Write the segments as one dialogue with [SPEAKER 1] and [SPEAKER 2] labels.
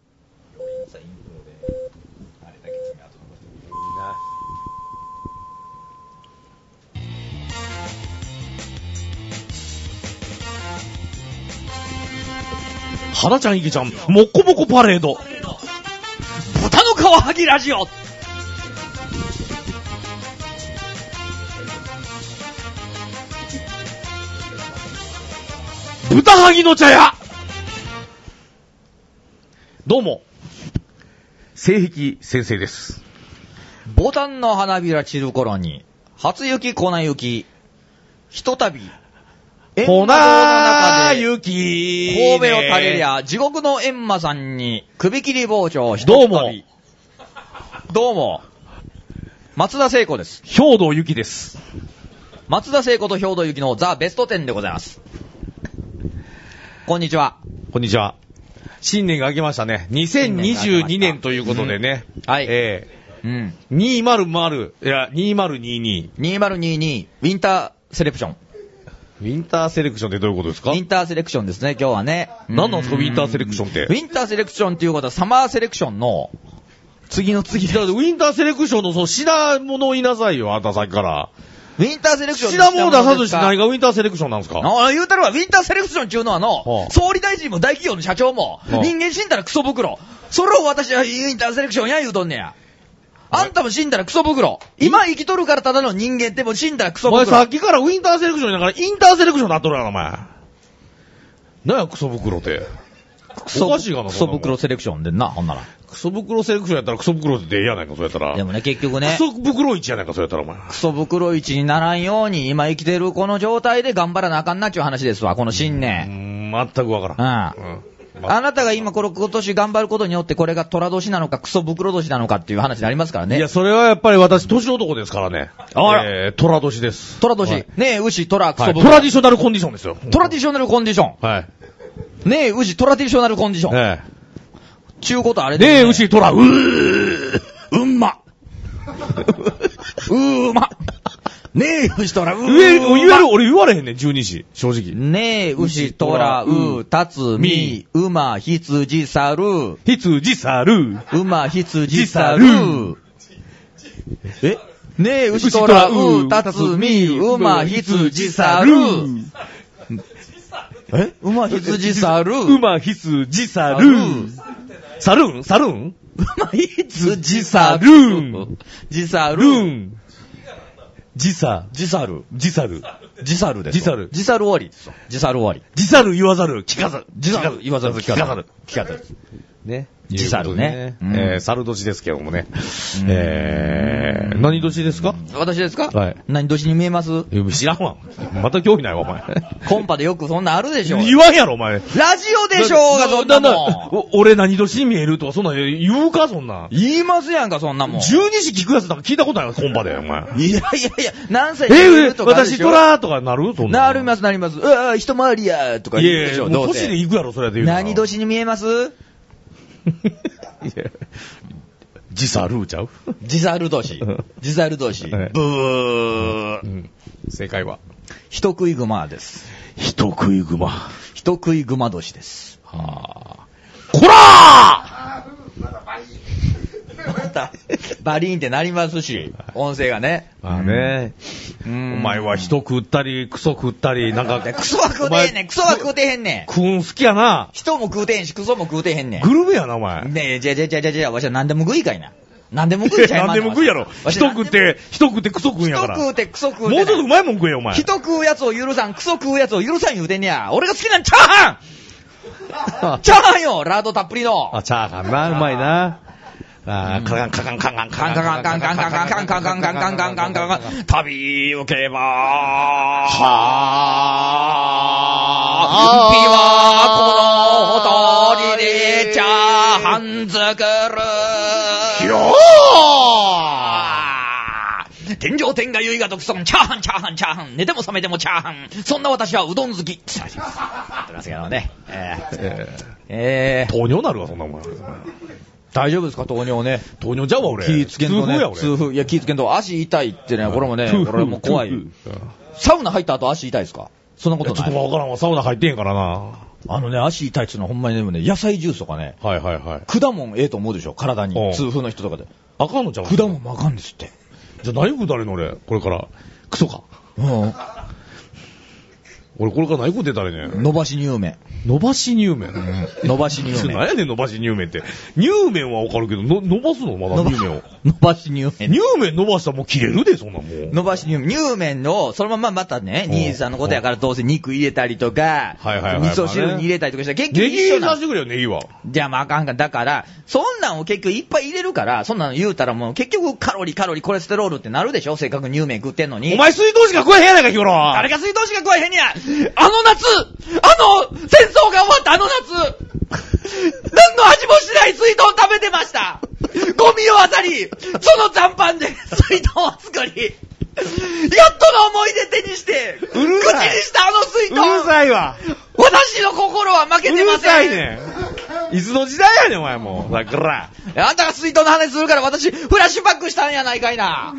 [SPEAKER 1] やつはいいので、あれだけ爪痕残してみる。
[SPEAKER 2] な。
[SPEAKER 3] 花ちゃん、いげちゃん、もっこもこパレード。豚の皮剥ぎラジオ豚剥ぎの茶屋どうも、
[SPEAKER 2] 性癖先生です。
[SPEAKER 1] ボタンの花びら散る頃に、初雪粉雪、ひとたび、円魔堂の
[SPEAKER 3] 粉
[SPEAKER 1] 中で、
[SPEAKER 3] 雪
[SPEAKER 1] 神戸を垂れりゃ、地獄の閻魔さんに、首切り包丁をひと
[SPEAKER 3] ど
[SPEAKER 1] た
[SPEAKER 3] うも
[SPEAKER 1] び。どうも。どうも。松田聖子です。
[SPEAKER 3] 兵道雪です。
[SPEAKER 1] 松田聖子と兵道きのザ・ベスト10でございます。こんにちは。
[SPEAKER 3] こんにちは。新年が明けましたね。2022年ということでね。
[SPEAKER 1] うんはい
[SPEAKER 3] え
[SPEAKER 1] うん。
[SPEAKER 3] ー、200、いや、2022。
[SPEAKER 1] 2022ウィンターセレクション。
[SPEAKER 3] ウィンターセレクションってどういうことです
[SPEAKER 1] ウ
[SPEAKER 3] か
[SPEAKER 1] ィンターセレクションですね、今日はね。
[SPEAKER 3] 何なんですかウィンターセレクションって
[SPEAKER 1] ウィンターセレクションっていうことはサマーセレクションの次の次だ。
[SPEAKER 3] だってウィンターセレクションのその品物を言いなさいよ、あんたさっきから。
[SPEAKER 1] ウィンターセレクション
[SPEAKER 3] 品物を出さずして何
[SPEAKER 1] が。
[SPEAKER 3] がウィンターセレクションなんですか
[SPEAKER 1] ああ、言うたるわ、ウィンターセレクションっていうのは
[SPEAKER 3] は
[SPEAKER 1] の、
[SPEAKER 3] あ
[SPEAKER 1] 総理大臣も大企業の社長も、
[SPEAKER 3] はあ
[SPEAKER 1] 人間死んだらクソ袋。それを私はウィンターセレクションや言うとんねや。あんたも死んだらクソ袋。今生きとるからただの人間でも死んだらクソ
[SPEAKER 3] お前
[SPEAKER 1] 袋
[SPEAKER 3] さっ。きからウィンターセレクションだからインターセレクションになっとるやろ、お前。なんや、クソ袋って。
[SPEAKER 1] ク
[SPEAKER 3] おかしいがな、
[SPEAKER 1] ク
[SPEAKER 3] そ
[SPEAKER 1] ソ
[SPEAKER 3] んなもん
[SPEAKER 1] 袋セレクションでんな、ほんなら。
[SPEAKER 3] クソ袋セレクションやったらクソ袋ってええやないか、そうやったら。
[SPEAKER 1] でもね、結局
[SPEAKER 3] ク
[SPEAKER 1] ね。
[SPEAKER 3] ソ袋市やないか、そうやったら、お前。
[SPEAKER 1] クソ袋市にならんように、今生きてるこの状態で頑張らなあかんなっちゅう話ですわ、この新
[SPEAKER 3] うー
[SPEAKER 1] 年。
[SPEAKER 3] ん、全くわからん。うんま
[SPEAKER 1] あなたが今この今年頑張ることによって、これが虎年なのか、クソ袋年なのかっていう話になりますから
[SPEAKER 3] い
[SPEAKER 1] ね
[SPEAKER 3] や、。それはやっぱり私、年男ですからね。
[SPEAKER 1] あら
[SPEAKER 3] えー、虎年です。
[SPEAKER 1] 虎
[SPEAKER 3] は
[SPEAKER 1] 年
[SPEAKER 3] い。
[SPEAKER 1] ねえ、牛、虎、ク
[SPEAKER 3] は
[SPEAKER 1] ソ
[SPEAKER 3] いト
[SPEAKER 1] 袋。
[SPEAKER 3] ラディショナルコンディションですよ。
[SPEAKER 1] トラディショナルコンディショ
[SPEAKER 3] はい。
[SPEAKER 1] ン。ねえ、牛、トラディショナルコンディション。
[SPEAKER 3] え
[SPEAKER 1] ちゅうことあれ
[SPEAKER 3] え。
[SPEAKER 1] で、
[SPEAKER 3] で、。牛、虎、うー
[SPEAKER 1] うんま。うーま。ねえ、牛、虎、うーま。
[SPEAKER 3] 言える、言える、俺言われへんねん、十二時、正直。
[SPEAKER 1] ねえ、牛、虎、う、たつ、み、うま、ひつじ、さる。
[SPEAKER 3] 羊、猿、
[SPEAKER 1] 馬、羊、
[SPEAKER 3] じさ
[SPEAKER 1] 猿
[SPEAKER 3] る。
[SPEAKER 1] えねえ、牛、虎、う、たつ、み、馬、羊、猿。え馬、羊、猿。
[SPEAKER 3] 馬、羊、猿、サルーン、サルーン、
[SPEAKER 1] 馬、羊、猿。
[SPEAKER 3] ルーン
[SPEAKER 1] ジサ
[SPEAKER 3] ル
[SPEAKER 1] ル。
[SPEAKER 3] ーン、ジサ、
[SPEAKER 1] ジサル。
[SPEAKER 3] ジサル、
[SPEAKER 1] ジサルです。
[SPEAKER 3] ジサル
[SPEAKER 1] ジサル終わりです。ジサル終わり。
[SPEAKER 3] ジサル言わざる、聞かざる、
[SPEAKER 1] ジサル、言わざる聞かざる。
[SPEAKER 3] 聞かざる。ね。
[SPEAKER 1] ジサルね
[SPEAKER 3] ということで
[SPEAKER 1] うん
[SPEAKER 3] えー、猿年ですけどもね。えー、何年ですか
[SPEAKER 1] 私ですか
[SPEAKER 3] はい
[SPEAKER 1] 何年に見えます
[SPEAKER 3] いや知らんわ。また興味ないわ、お前。
[SPEAKER 1] コンパでよくそんなんあるでしょ。
[SPEAKER 3] 言わんやろ、お前。
[SPEAKER 1] ラジオでしょうが、そんなもん。
[SPEAKER 3] お俺何年に見えるとか、そんなん言うか、そんなん。
[SPEAKER 1] 言いますやんか、そんなもん。
[SPEAKER 3] 十二時聞くやつなんか聞いたことないわ、コンパで、お前。
[SPEAKER 1] いやいやいや、何歳言
[SPEAKER 3] え
[SPEAKER 1] う
[SPEAKER 3] ー、
[SPEAKER 1] とかあるで
[SPEAKER 3] 私
[SPEAKER 1] しょ
[SPEAKER 3] トラーとかなるそんな
[SPEAKER 1] なりますなります。うわー一回りやーとか
[SPEAKER 3] い
[SPEAKER 1] 言う
[SPEAKER 3] や
[SPEAKER 1] で
[SPEAKER 3] い
[SPEAKER 1] しょ、
[SPEAKER 3] や、
[SPEAKER 1] ど
[SPEAKER 3] も
[SPEAKER 1] う
[SPEAKER 3] う年で
[SPEAKER 1] せ。
[SPEAKER 3] 行くやろ、それで言うな
[SPEAKER 1] 何年に見えます
[SPEAKER 3] いや時差あるーちゃう
[SPEAKER 1] ジザル年
[SPEAKER 3] うん。
[SPEAKER 1] ジザル年。
[SPEAKER 3] はい
[SPEAKER 1] ブー。
[SPEAKER 3] ん。正解は。
[SPEAKER 1] 人食いグマです。
[SPEAKER 3] 人食い熊。は
[SPEAKER 1] 人食いグマ年です。
[SPEAKER 3] あ。こら
[SPEAKER 1] また、バリーンってなりますし、音声がね。
[SPEAKER 3] ーまあね、
[SPEAKER 1] お
[SPEAKER 3] お前は人食ったり、クソ食ったり、なんか、
[SPEAKER 1] クソは食うてへんねん。クソは食うてへんねん。
[SPEAKER 3] 食うん好きやな。
[SPEAKER 1] 人も食うてへんし、クソも食うてへんねん。
[SPEAKER 3] グルメやな、お前。
[SPEAKER 1] ねえ、じゃあじゃあじゃあじゃあじゃあ、わしは何でも食いかいな。何でも食いちゃいまん
[SPEAKER 3] 何で
[SPEAKER 1] ねん
[SPEAKER 3] も食いやろ。
[SPEAKER 1] わ
[SPEAKER 3] 人
[SPEAKER 1] しは
[SPEAKER 3] 食って、人食ってクソ食うんや
[SPEAKER 1] 人
[SPEAKER 3] から。
[SPEAKER 1] 食
[SPEAKER 3] も
[SPEAKER 1] うてクソ食う
[SPEAKER 3] う
[SPEAKER 1] て
[SPEAKER 3] ち
[SPEAKER 1] な
[SPEAKER 3] ょ
[SPEAKER 1] い。
[SPEAKER 3] っとうまいもん食えよ、お前。
[SPEAKER 1] 人食うやつを許さん、クソ食うやつを許さん言うてんねや。俺が好きなんチャーハンチャーハンよラードたっぷりの。
[SPEAKER 3] あ、チャーハンな、うまいな。あー、カカンカカンカカ
[SPEAKER 1] カンカ
[SPEAKER 3] ン
[SPEAKER 1] ンカンカンカンカンカンカンカンカンカンカンカンカンカン旅をけばはー運はこのほとりでチャーハン作る天上天下唯我独尊、チャーハン、チャーハン、チャーハン、寝ても覚めてもチャーハン、そんな私はうどん好き。ってますけどね。
[SPEAKER 3] え
[SPEAKER 1] え
[SPEAKER 3] ー糖尿なるわ、そんなもん。
[SPEAKER 1] 大丈夫ですか、糖尿ね。
[SPEAKER 3] 糖尿じゃうわ、俺。
[SPEAKER 1] 気ぃつけんとね
[SPEAKER 3] 痛。風や、
[SPEAKER 1] 痛
[SPEAKER 3] 俺。
[SPEAKER 1] 風。いや、気ぃつけんと。足痛いってね、これもね、これも怖い。
[SPEAKER 3] 痛風うん
[SPEAKER 1] サウナ入った後足痛いですかそんなこ
[SPEAKER 3] いや
[SPEAKER 1] と
[SPEAKER 3] ちょっ
[SPEAKER 1] ない。
[SPEAKER 3] とわからんわ、サウナ入ってんやからな。
[SPEAKER 1] あのね、足痛いっつうのはほんまにでもね、野菜ジュースとかね、
[SPEAKER 3] はいはいはい。
[SPEAKER 1] 果物ええと思うでしょ、体
[SPEAKER 3] うん
[SPEAKER 1] に。痛風の人とかで。
[SPEAKER 3] あかんのちゃう
[SPEAKER 1] 果物もあかんですって。
[SPEAKER 3] じゃあ何食うたらいいの俺、これから。クソか。
[SPEAKER 1] う
[SPEAKER 3] 俺これから何食うてたらいいね
[SPEAKER 1] ん。伸ばし乳麺。
[SPEAKER 3] 伸ばし乳麺。
[SPEAKER 1] 伸ばし
[SPEAKER 3] そ
[SPEAKER 1] 乳
[SPEAKER 3] れ何
[SPEAKER 1] 麺。
[SPEAKER 3] やねん伸ばし乳麺って。乳麺はわかるけど、の伸ばすのまだ乳麺を。
[SPEAKER 1] 伸ばし乳麺。
[SPEAKER 3] 乳麺伸ばしたらもう切れるで、そんなんもう。
[SPEAKER 1] 伸ばし乳麺。乳麺を、そのまままたね、
[SPEAKER 3] うん
[SPEAKER 1] 兄さんのことやからどうせ肉入れたりとか、
[SPEAKER 3] はいはいはい
[SPEAKER 1] 味噌汁に入れたりとかしたら結局
[SPEAKER 3] ネギ
[SPEAKER 1] 一緒
[SPEAKER 3] 出
[SPEAKER 1] な
[SPEAKER 3] し
[SPEAKER 1] ん
[SPEAKER 3] てくれよ、ネギは。
[SPEAKER 1] じゃあまああかんかん。だから、そんなんを結局いっぱい入れるから、そんなん言うたらもう結局カロリーカロリーコレステロールってなるでしょせっかく乳麺食ってんのに。
[SPEAKER 3] お前水道しか食えへんやないか、日頃。
[SPEAKER 1] あれが水道しか食わへんねや あの夏あの、戦争が終わったあの 夏何の味もしない水道を食べてましたゴミをあたり、その残飯で水道を作り、やっとの思い出手にして、口
[SPEAKER 3] うる
[SPEAKER 1] に
[SPEAKER 3] さい
[SPEAKER 1] したあの水
[SPEAKER 3] う
[SPEAKER 1] 道
[SPEAKER 3] るさいわ。
[SPEAKER 1] 私の心は負け
[SPEAKER 3] う
[SPEAKER 1] てません
[SPEAKER 3] るさいねん。いつの時代やねん、お前もう。だから。
[SPEAKER 1] あんたが水筒の話するから私、フラッシュバックしたんやないかいな。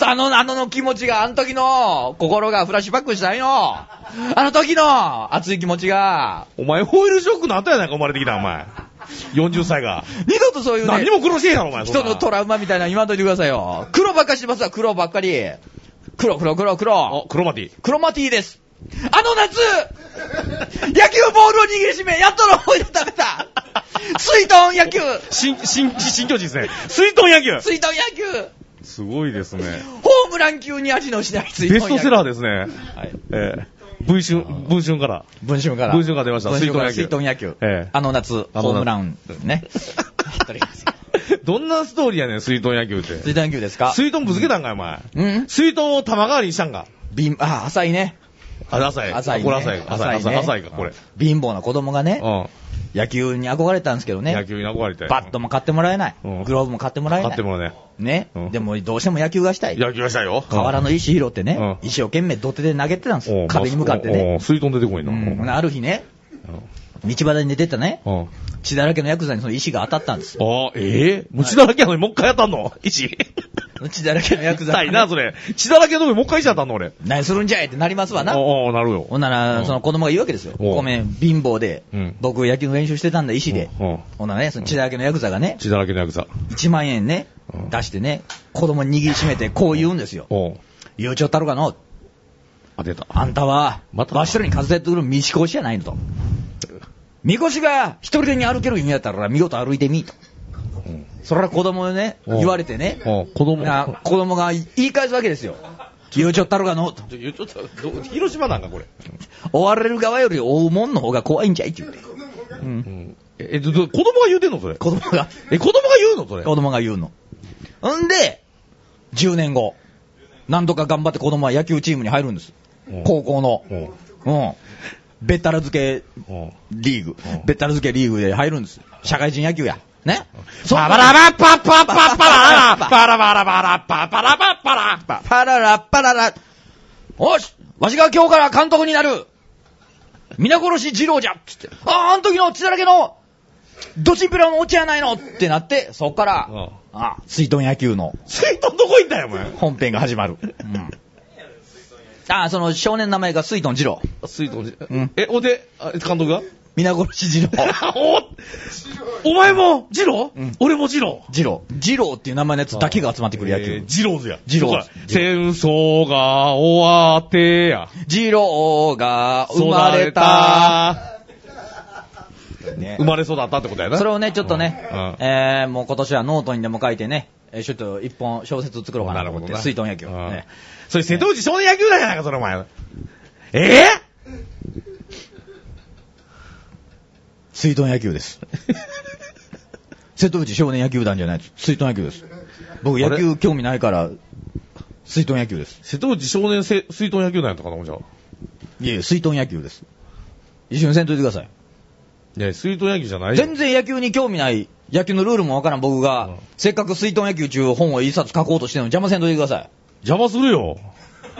[SPEAKER 1] あの、あのの気持ちが、あの時の心がフラッシュバックしたんよ。あの時の熱い気持ちが。
[SPEAKER 3] お前、ホイールショックの後やないか、生まれてきた、お前。40歳が。
[SPEAKER 1] 二度とそういう
[SPEAKER 3] 何
[SPEAKER 1] ね
[SPEAKER 3] に、も苦労してへんやろ、お前。そん
[SPEAKER 1] 人
[SPEAKER 3] な
[SPEAKER 1] のトラウマみたいなの言わんといてくださいよ。黒ばっかりしてますわ、黒ばっかり。黒、黒、黒、黒
[SPEAKER 3] あ。、クロマティ。
[SPEAKER 1] クロマティです。あの夏、野球ボールを握りしめ、やっとの思い出食べた。水筒野球、
[SPEAKER 3] 新、新、新巨人ですね。水遁野球
[SPEAKER 1] 水筒野球、
[SPEAKER 3] すごいですね。
[SPEAKER 1] ホームラン級に味のしない水筒野
[SPEAKER 3] ベ
[SPEAKER 1] 球。
[SPEAKER 3] ストセラーですね。
[SPEAKER 1] はい
[SPEAKER 3] ええ。文春、文春から。
[SPEAKER 1] 文春から。
[SPEAKER 3] 文春から出ました
[SPEAKER 1] 文春から
[SPEAKER 3] 水
[SPEAKER 1] 水
[SPEAKER 3] 遁
[SPEAKER 1] 遁
[SPEAKER 3] 野
[SPEAKER 1] 野
[SPEAKER 3] 球
[SPEAKER 1] 球。
[SPEAKER 3] ええ
[SPEAKER 1] あの夏、
[SPEAKER 3] あの夏
[SPEAKER 1] ホームラン ね。とりあえず
[SPEAKER 3] どんなストーリーやねん、水遁野球って。
[SPEAKER 1] 水遁野球ですか
[SPEAKER 3] 水遁ぶつけたんかい、お前。
[SPEAKER 1] うん
[SPEAKER 3] 水遁を玉代わりにしたんか。
[SPEAKER 1] 貧、あ、浅いね。
[SPEAKER 3] あ、浅い。
[SPEAKER 1] 浅いね。
[SPEAKER 3] これ浅い。浅い。
[SPEAKER 1] ね
[SPEAKER 3] 浅い。浅いか、これ。。
[SPEAKER 1] 貧乏な子供がね、
[SPEAKER 3] う
[SPEAKER 1] 野球に憧れたんですけど
[SPEAKER 3] ん。野
[SPEAKER 1] ね。
[SPEAKER 3] 球に憧れて。
[SPEAKER 1] バットも買ってもらえない
[SPEAKER 3] うん。
[SPEAKER 1] グローブも買ってもらえ
[SPEAKER 3] 勝
[SPEAKER 1] な
[SPEAKER 3] って
[SPEAKER 1] い。
[SPEAKER 3] もらうね。
[SPEAKER 1] ね
[SPEAKER 3] うん。
[SPEAKER 1] でもどうしても野球がしたい。
[SPEAKER 3] 野球はしたいよ。
[SPEAKER 1] 河原の石拾ってね
[SPEAKER 3] う、ん
[SPEAKER 1] 一生懸命土手で投げてたんです
[SPEAKER 3] うん
[SPEAKER 1] よ。壁に向かって。
[SPEAKER 3] うんうんう
[SPEAKER 1] ね。
[SPEAKER 3] ん水遁出てこいな。
[SPEAKER 1] うん
[SPEAKER 3] う
[SPEAKER 1] ある日ね、道端に出てたね、
[SPEAKER 3] んうん。
[SPEAKER 1] 血だらけのヤクザにその石が当たったんですよ。
[SPEAKER 3] あ、ええもう血だらけやのにもう一回やったんの石。
[SPEAKER 1] 血だらけのヤクザ
[SPEAKER 3] 痛いな、それ。血だらけのとこにもう一回しちゃったんの、俺。
[SPEAKER 1] 何するんじゃいってなりますわな。
[SPEAKER 3] ああ、なるよ。
[SPEAKER 1] ほんな
[SPEAKER 3] う
[SPEAKER 1] ら、
[SPEAKER 3] ん
[SPEAKER 1] その子供が言うわけですよ。
[SPEAKER 3] おう
[SPEAKER 1] ごめん、貧乏で
[SPEAKER 3] うん、
[SPEAKER 1] 僕野球の練習してたんだ、石で。
[SPEAKER 3] うんうん
[SPEAKER 1] ほんならね、その血だらけのヤクザがね、
[SPEAKER 3] 血だらけのヤクザ。
[SPEAKER 1] 1万円ね
[SPEAKER 3] う、ん
[SPEAKER 1] 出してね、子供に握りしめて、こう言うんですよ。
[SPEAKER 3] おう
[SPEAKER 1] 言うちょったろかの、
[SPEAKER 3] あ、出た。
[SPEAKER 1] あんたは、
[SPEAKER 3] また
[SPEAKER 1] わしらに数えてくる見越しやないのと。見越しが一人でに歩ける意味やったら、見事歩いてみと。
[SPEAKER 3] うん
[SPEAKER 1] そら子供にね、
[SPEAKER 3] おう
[SPEAKER 1] 言われてね、
[SPEAKER 3] おう子供
[SPEAKER 1] な子供が言い返すわけですよ。言うちょったろかの、と。
[SPEAKER 3] ちょ、言うちょっと、ど広島なんか、これ。
[SPEAKER 1] 追われる側より追うもんの方が怖いんじゃいって言うて。うん
[SPEAKER 3] うん。え、ど、ど子供が言うてんの、それ。
[SPEAKER 1] 子供が、
[SPEAKER 3] え、子供が言うの、それ。
[SPEAKER 1] 子供が言うの。んで、10年後、何度か頑張って子供は野球チームに入るんです
[SPEAKER 3] うん。
[SPEAKER 1] 高校の。
[SPEAKER 3] う
[SPEAKER 1] うん。ベッタラ付け
[SPEAKER 3] ん。うん。
[SPEAKER 1] リーグ
[SPEAKER 3] うん。
[SPEAKER 1] ベッタラ付けリーグで入るんです。社会人野球や。ね。
[SPEAKER 3] パララパパパパララパラパラパラパパラパパラパ
[SPEAKER 1] パララッパララ。おしわしが今日から監督になる皆殺し二郎じゃつって。ああ、あの時の血だらけの、ドチンピラの落ちやないのってなって、そっから、
[SPEAKER 3] うん
[SPEAKER 1] ああ、水遁野球の
[SPEAKER 3] 水遁どこ行ったよ、お前。
[SPEAKER 1] 本編が始まる。うん。ああ、その少年の名前が水遁二郎。
[SPEAKER 3] 水遁寺
[SPEAKER 1] うん
[SPEAKER 3] え、おで、あ監督が
[SPEAKER 1] 皆殺し二 郎。
[SPEAKER 3] おお前も、ジロ
[SPEAKER 1] うん
[SPEAKER 3] 俺もジロ
[SPEAKER 1] 二郎。二郎っていう名前のやつだけが集まってくる野球。
[SPEAKER 3] ジローズや。
[SPEAKER 1] 二郎
[SPEAKER 3] そうか戦争が終わってや。
[SPEAKER 1] 二郎が生まれた。ね
[SPEAKER 3] 生まれ育ったってことやな。
[SPEAKER 1] それをね、ちょっとね、
[SPEAKER 3] うん
[SPEAKER 1] えー、もう今年はノートにでも書いてね、えーちょっと一本小説作ろうかな
[SPEAKER 3] な
[SPEAKER 1] と
[SPEAKER 3] るほ
[SPEAKER 1] 思って、
[SPEAKER 3] どな。
[SPEAKER 1] 水遁野球。
[SPEAKER 3] うん
[SPEAKER 1] ね、
[SPEAKER 3] それ瀬戸内少年野球団やないか、それお前。え
[SPEAKER 1] 水遁野球です。瀬戸内少年野球団じゃないです。水遁野球です。僕
[SPEAKER 3] あれ
[SPEAKER 1] 野球興味ないから、水遁野球です。
[SPEAKER 3] 瀬戸内少年せ水遁野球団やったかな、ほんじゃ。
[SPEAKER 1] いえいえ、水遁野球です。一緒にせんといてください。
[SPEAKER 3] いや、水遁野球じゃないよ
[SPEAKER 1] 全然野球に興味ない、野球のルールもわからん僕が、
[SPEAKER 3] うん
[SPEAKER 1] せっかく水遁野球中本を一冊書こうとしてるのに邪魔せんといてくださ
[SPEAKER 3] 邪魔するよ。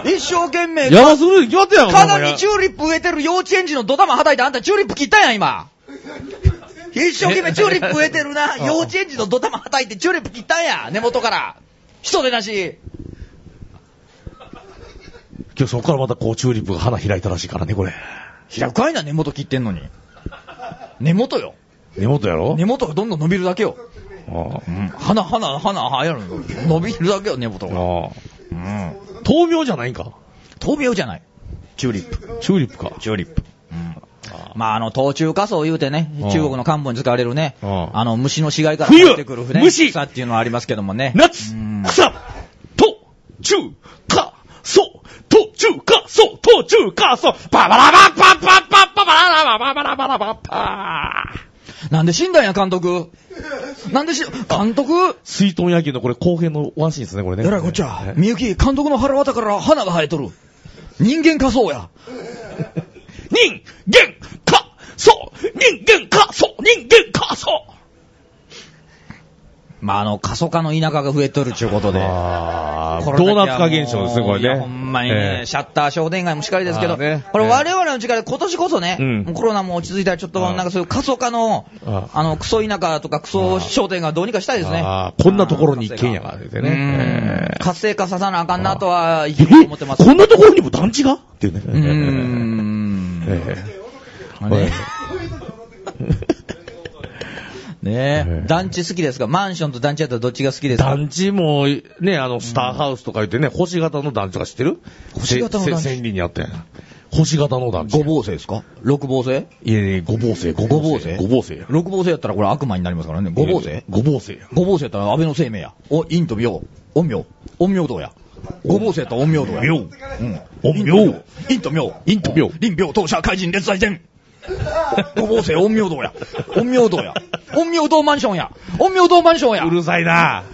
[SPEAKER 1] い。一生懸命、
[SPEAKER 3] 邪魔するに決まってんやろ、
[SPEAKER 1] 花にチューリップ植えてる幼稚園児のドタマはたいてあんたチューリップ切ったやん、今。一生懸命チューリップ植えてるな。
[SPEAKER 3] うん
[SPEAKER 1] 幼稚園児のドタマはたいてチューリップ切ったんや、根元から。人でなし。
[SPEAKER 3] 今日そこからまたこうチューリップが花開いたらしいからね、これ。
[SPEAKER 1] 開かいな、根元切ってんのに。根元よ。
[SPEAKER 2] 根元やろ
[SPEAKER 1] 根元がどんどん伸びるだけよ。
[SPEAKER 2] ああ、うん。
[SPEAKER 1] 花、花、花、はやるの。伸びるだけよ、根元が。
[SPEAKER 2] ああ。
[SPEAKER 1] うん。
[SPEAKER 3] 豆苗じゃないんか
[SPEAKER 1] 闘病じゃない。チューリップ。
[SPEAKER 3] チューリップか。
[SPEAKER 1] チューリップ。まあ、あの、途中仮想言うてね、
[SPEAKER 3] うん
[SPEAKER 1] 中国の漢方に使われるね、
[SPEAKER 3] うん
[SPEAKER 1] あの、虫の死骸から
[SPEAKER 3] 冬
[SPEAKER 1] 出てくるフレンチ
[SPEAKER 3] 虫
[SPEAKER 1] 草っていうのはありますけどもね。
[SPEAKER 3] 夏
[SPEAKER 1] うん、
[SPEAKER 3] 草、と、中、か、そ、と、中、か、そ、と、中、か、そ、パバラバパパパパバラバパバラバラバパ
[SPEAKER 1] なんで死んだんや、監督。なんでし、監督
[SPEAKER 3] 水遁野球のこれ後編のワンシーンですね、これね。
[SPEAKER 1] えらいこっちゃ
[SPEAKER 3] ね。
[SPEAKER 1] みゆき、監督の腹渡から花が生えとる。人間仮想や。
[SPEAKER 3] 人間か、そ、人間か、そ、人間か、そ。
[SPEAKER 1] まあ、あの、過疎化の田舎が増えとるちゅうことで。
[SPEAKER 3] あ
[SPEAKER 1] これだけ
[SPEAKER 3] ドー
[SPEAKER 1] は
[SPEAKER 3] ナツ化現象ですね、
[SPEAKER 1] も
[SPEAKER 3] こ
[SPEAKER 1] う
[SPEAKER 3] れ
[SPEAKER 1] いや
[SPEAKER 3] ね。
[SPEAKER 1] ほんまに
[SPEAKER 3] え
[SPEAKER 1] ね
[SPEAKER 3] え、
[SPEAKER 1] シャッター商店街もしっかりですけ
[SPEAKER 3] あ
[SPEAKER 1] ど、
[SPEAKER 3] ーね
[SPEAKER 1] これ
[SPEAKER 3] ええ
[SPEAKER 1] 我々の力で今年こそね、
[SPEAKER 3] うん
[SPEAKER 1] もうコロナも落ち着いたらちょっと
[SPEAKER 3] あー
[SPEAKER 1] なんかそういう過疎化の、
[SPEAKER 3] あ
[SPEAKER 1] あの、クソ田舎とかクソ商店街どうにかしたいですね。
[SPEAKER 3] あーこんなところに一軒家があるんで
[SPEAKER 1] う
[SPEAKER 3] ね。
[SPEAKER 1] ん
[SPEAKER 3] ええ
[SPEAKER 1] 活性化ささなあかんなとは、生き
[SPEAKER 3] え
[SPEAKER 1] ると思ってます。
[SPEAKER 3] こんなところにも団地がっていうね。
[SPEAKER 1] うーん。
[SPEAKER 3] ええ
[SPEAKER 1] ね
[SPEAKER 3] え
[SPEAKER 1] ね
[SPEAKER 3] ええ
[SPEAKER 1] 団地好きですかマンションと団地やったらどっちが好きですか
[SPEAKER 3] 団地も、ね、あの、スターハウスとか言ってね、星型の団地とか知ってる
[SPEAKER 1] 星型の団地
[SPEAKER 3] せせ千里にあったやん。星型の団地。
[SPEAKER 1] 房星ですか六房星
[SPEAKER 3] いやいや、ごぼうせい、ごぼうせい。
[SPEAKER 1] 五
[SPEAKER 3] ごぼうせいや。
[SPEAKER 1] 六房星やったらこれ悪魔になりますからね。五房星
[SPEAKER 3] ごぼうせいや。
[SPEAKER 1] 五房星やったら安倍の生命や。お、陰と病。陰陽。陰陽道や。五房星やったら陰陽道や。
[SPEAKER 3] 陰陽
[SPEAKER 1] うん。
[SPEAKER 3] 陰陽
[SPEAKER 1] 陰と病。陰と
[SPEAKER 3] 陰陽
[SPEAKER 1] 病。臨病当社怪人列在前。五房星陰陽道や。陰陽道や。陰陽道マンションや。陰陽道マンションや
[SPEAKER 3] う。るさいな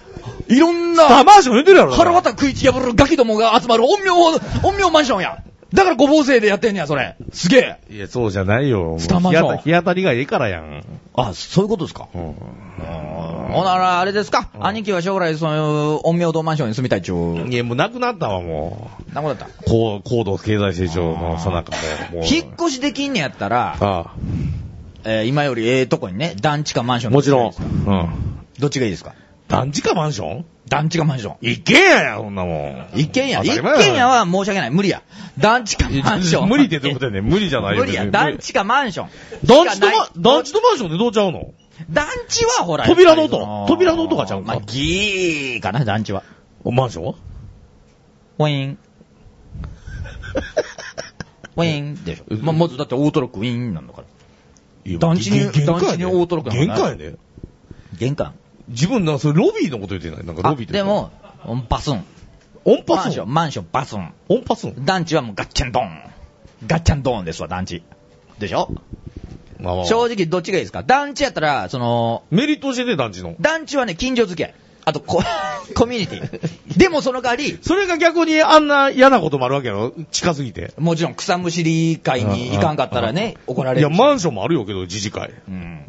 [SPEAKER 3] い
[SPEAKER 1] ろん
[SPEAKER 3] スター
[SPEAKER 1] な
[SPEAKER 3] マーション言ってるやろ。
[SPEAKER 1] 腹渡食いち破るガキどもが集まる陰陽、陰陽マンションや。だから五房星でやってんねや、それ。すげえ。
[SPEAKER 3] いや、そうじゃないよ。
[SPEAKER 1] スターマーション
[SPEAKER 3] もう日当た日当たりがええからやん。
[SPEAKER 1] あ、そういうことですか。
[SPEAKER 3] うん
[SPEAKER 1] ほなら、あれですか、兄貴は将来、その、陰陽道マンションに住みたいっちゅう。
[SPEAKER 3] いや、もうなくなったわ、も
[SPEAKER 1] なことだった
[SPEAKER 3] う。高高度経済成長のさなかもう。もう
[SPEAKER 1] 引っ越しできんねやったら、
[SPEAKER 3] あ
[SPEAKER 1] えー今よりええとこにね、団地かマンション
[SPEAKER 3] あ、
[SPEAKER 1] ど
[SPEAKER 3] も
[SPEAKER 1] っち
[SPEAKER 3] ち
[SPEAKER 1] がい
[SPEAKER 3] ろ
[SPEAKER 1] いで
[SPEAKER 3] ん。
[SPEAKER 1] す
[SPEAKER 3] う
[SPEAKER 1] か
[SPEAKER 3] ん。
[SPEAKER 1] どっちがいいですか
[SPEAKER 3] 団地かマンション
[SPEAKER 1] 団地かマンション。
[SPEAKER 3] 一軒家や、そんなもん。
[SPEAKER 1] 一軒家。
[SPEAKER 3] 当た
[SPEAKER 1] 一
[SPEAKER 3] り前や
[SPEAKER 1] 軒家は申し訳ない。無理や。団地かマンション。
[SPEAKER 3] 無理ってどういうことやねん無理じゃない
[SPEAKER 1] 無
[SPEAKER 3] よ。
[SPEAKER 1] 理や。
[SPEAKER 3] 別に
[SPEAKER 1] 団地かマンション。
[SPEAKER 3] 団地と
[SPEAKER 1] しか
[SPEAKER 3] ま、
[SPEAKER 1] ない
[SPEAKER 3] 団地とマンションってどうちゃうの
[SPEAKER 1] 団地はほら。
[SPEAKER 3] 扉の音
[SPEAKER 1] やっぱりそ
[SPEAKER 3] 扉の音がちゃうんか
[SPEAKER 1] まあ、ギーかな、団地は。
[SPEAKER 3] マンションは
[SPEAKER 1] ウィーン。ウィーンでしょ。まあ、まずだってオートロックウィーンなんだから。
[SPEAKER 3] いや
[SPEAKER 1] 団地に
[SPEAKER 3] げ
[SPEAKER 1] 団地にオートロックなんか
[SPEAKER 3] 玄
[SPEAKER 1] ない
[SPEAKER 3] 関やで。
[SPEAKER 1] 玄関。
[SPEAKER 3] 自分、なんかそれロビーのこと言ってないなんか
[SPEAKER 1] あ、
[SPEAKER 3] ロビーって
[SPEAKER 1] でも、オンパスン。
[SPEAKER 3] オン
[SPEAKER 1] マ
[SPEAKER 3] パ
[SPEAKER 1] ン
[SPEAKER 3] ス
[SPEAKER 1] ショ
[SPEAKER 3] ン
[SPEAKER 1] ン、マンション、パスン。
[SPEAKER 3] オンパスン
[SPEAKER 1] 団地はもうガッチャンドーン。ガッチャンドーンですわ、団地。でしょ
[SPEAKER 3] まあまあ
[SPEAKER 1] 正直どっちがいいですか団地やったら、その、
[SPEAKER 3] メリット教えて、団地の。
[SPEAKER 1] 団地はね、近所付き合い。あと、こ コミュニティ。でもその代わり、
[SPEAKER 3] それが逆にあんな嫌なこともあるわけやろ近すぎて。
[SPEAKER 1] もちろん草むしり会に行かんかったらね、怒られ
[SPEAKER 3] い
[SPEAKER 1] る
[SPEAKER 3] や、
[SPEAKER 1] し。
[SPEAKER 3] マンションもあるよけど、自治会。
[SPEAKER 1] うん。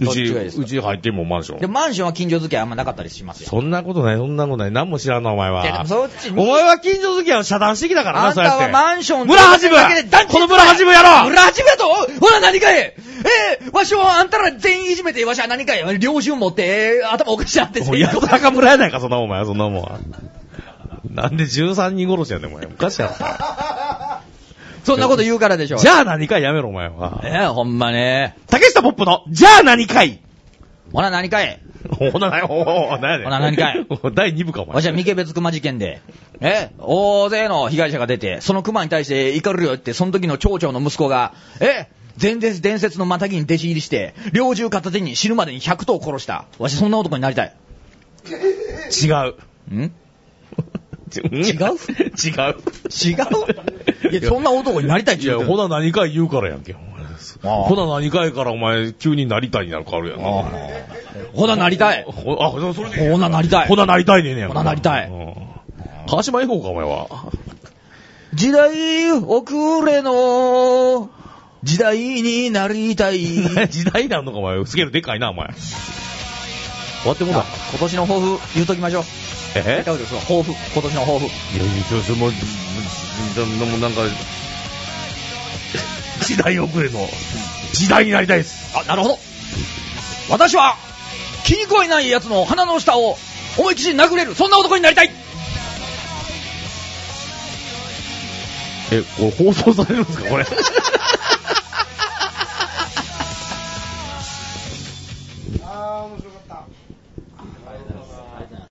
[SPEAKER 3] う
[SPEAKER 1] どっ
[SPEAKER 3] ち、
[SPEAKER 1] ちがいいです
[SPEAKER 3] う
[SPEAKER 1] か
[SPEAKER 3] ち入ってもマンショ
[SPEAKER 1] で、
[SPEAKER 3] ン。
[SPEAKER 1] マンションは近所付き合いあんまなかったりしますよ。
[SPEAKER 3] そんなことない、そんなことない。何も知らんな、お前
[SPEAKER 1] いやで
[SPEAKER 3] は
[SPEAKER 1] も。そっち
[SPEAKER 3] お前は近所付き合いを遮断してきたから
[SPEAKER 1] あ
[SPEAKER 3] な、
[SPEAKER 1] ん
[SPEAKER 3] そうや
[SPEAKER 1] た
[SPEAKER 3] って。
[SPEAKER 1] はマンション
[SPEAKER 3] 村八
[SPEAKER 1] だけで団
[SPEAKER 3] 分
[SPEAKER 1] 地
[SPEAKER 3] この村八分やろ
[SPEAKER 1] 村八分やとほら何かいえー、わしはあんたら全員いじめて、わしは何かい領収持って、えー頭おかしなって
[SPEAKER 3] もうやっと中村やないか、そんなお前、そんなもんは。なんで13人殺しやねん、お前。おかしいやろ。
[SPEAKER 1] そんなこと言うからでしょ。
[SPEAKER 3] じゃあ何かやめろ、お前は。
[SPEAKER 1] ねえ、ほんまね。
[SPEAKER 3] 竹下ポップの、じゃあ何かい
[SPEAKER 1] ほな、何かい。
[SPEAKER 3] おな、おな、何やねん。
[SPEAKER 1] ほな何かい
[SPEAKER 3] 第2部か、お
[SPEAKER 1] わ
[SPEAKER 3] 前。
[SPEAKER 1] しは三毛別熊事件で、え、大勢の被害者が出て、その熊に対して怒るよって、その時の町長の息子が、え、前説伝説のまたぎに弟子入りして、猟銃片手に死ぬまでに100頭を殺した。わしそんな男になりたい。
[SPEAKER 3] 違う。
[SPEAKER 1] ん違う
[SPEAKER 3] 違う 違う。
[SPEAKER 1] いや、そんな男になりたいっ
[SPEAKER 3] い
[SPEAKER 1] ちゅ
[SPEAKER 3] や、
[SPEAKER 1] うてん
[SPEAKER 3] ほな何回言うからやんけ、お前
[SPEAKER 1] ああ
[SPEAKER 3] ほな何回からお前、急になりたいになるかあるやん。
[SPEAKER 1] ああほな、なりたい。
[SPEAKER 3] ほあ、そそれでいいやん
[SPEAKER 1] ほな、なりたい
[SPEAKER 3] ほ。ななりたいねえねやん
[SPEAKER 1] ほななりたい
[SPEAKER 3] うん川島英孝か、お 前は。
[SPEAKER 1] 時代遅れの時代になりたい。
[SPEAKER 3] 時代なんのか、お前。スケールでかいな、お前。終わってもう
[SPEAKER 1] 今
[SPEAKER 3] た。
[SPEAKER 1] 年の抱負、言うときましょう。
[SPEAKER 3] え
[SPEAKER 1] どうですか抱負、今年の抱負。
[SPEAKER 3] いや、いや、ちょ、その、なもうなんか、時代遅れの、時代になりたいです。
[SPEAKER 1] あ、なるほど。私は、気に食わない奴の鼻の下を思いっきり殴れる、そんな男になりたい
[SPEAKER 3] え、これ放送されるんですか、こ
[SPEAKER 4] 面
[SPEAKER 3] れ。
[SPEAKER 4] 白かった。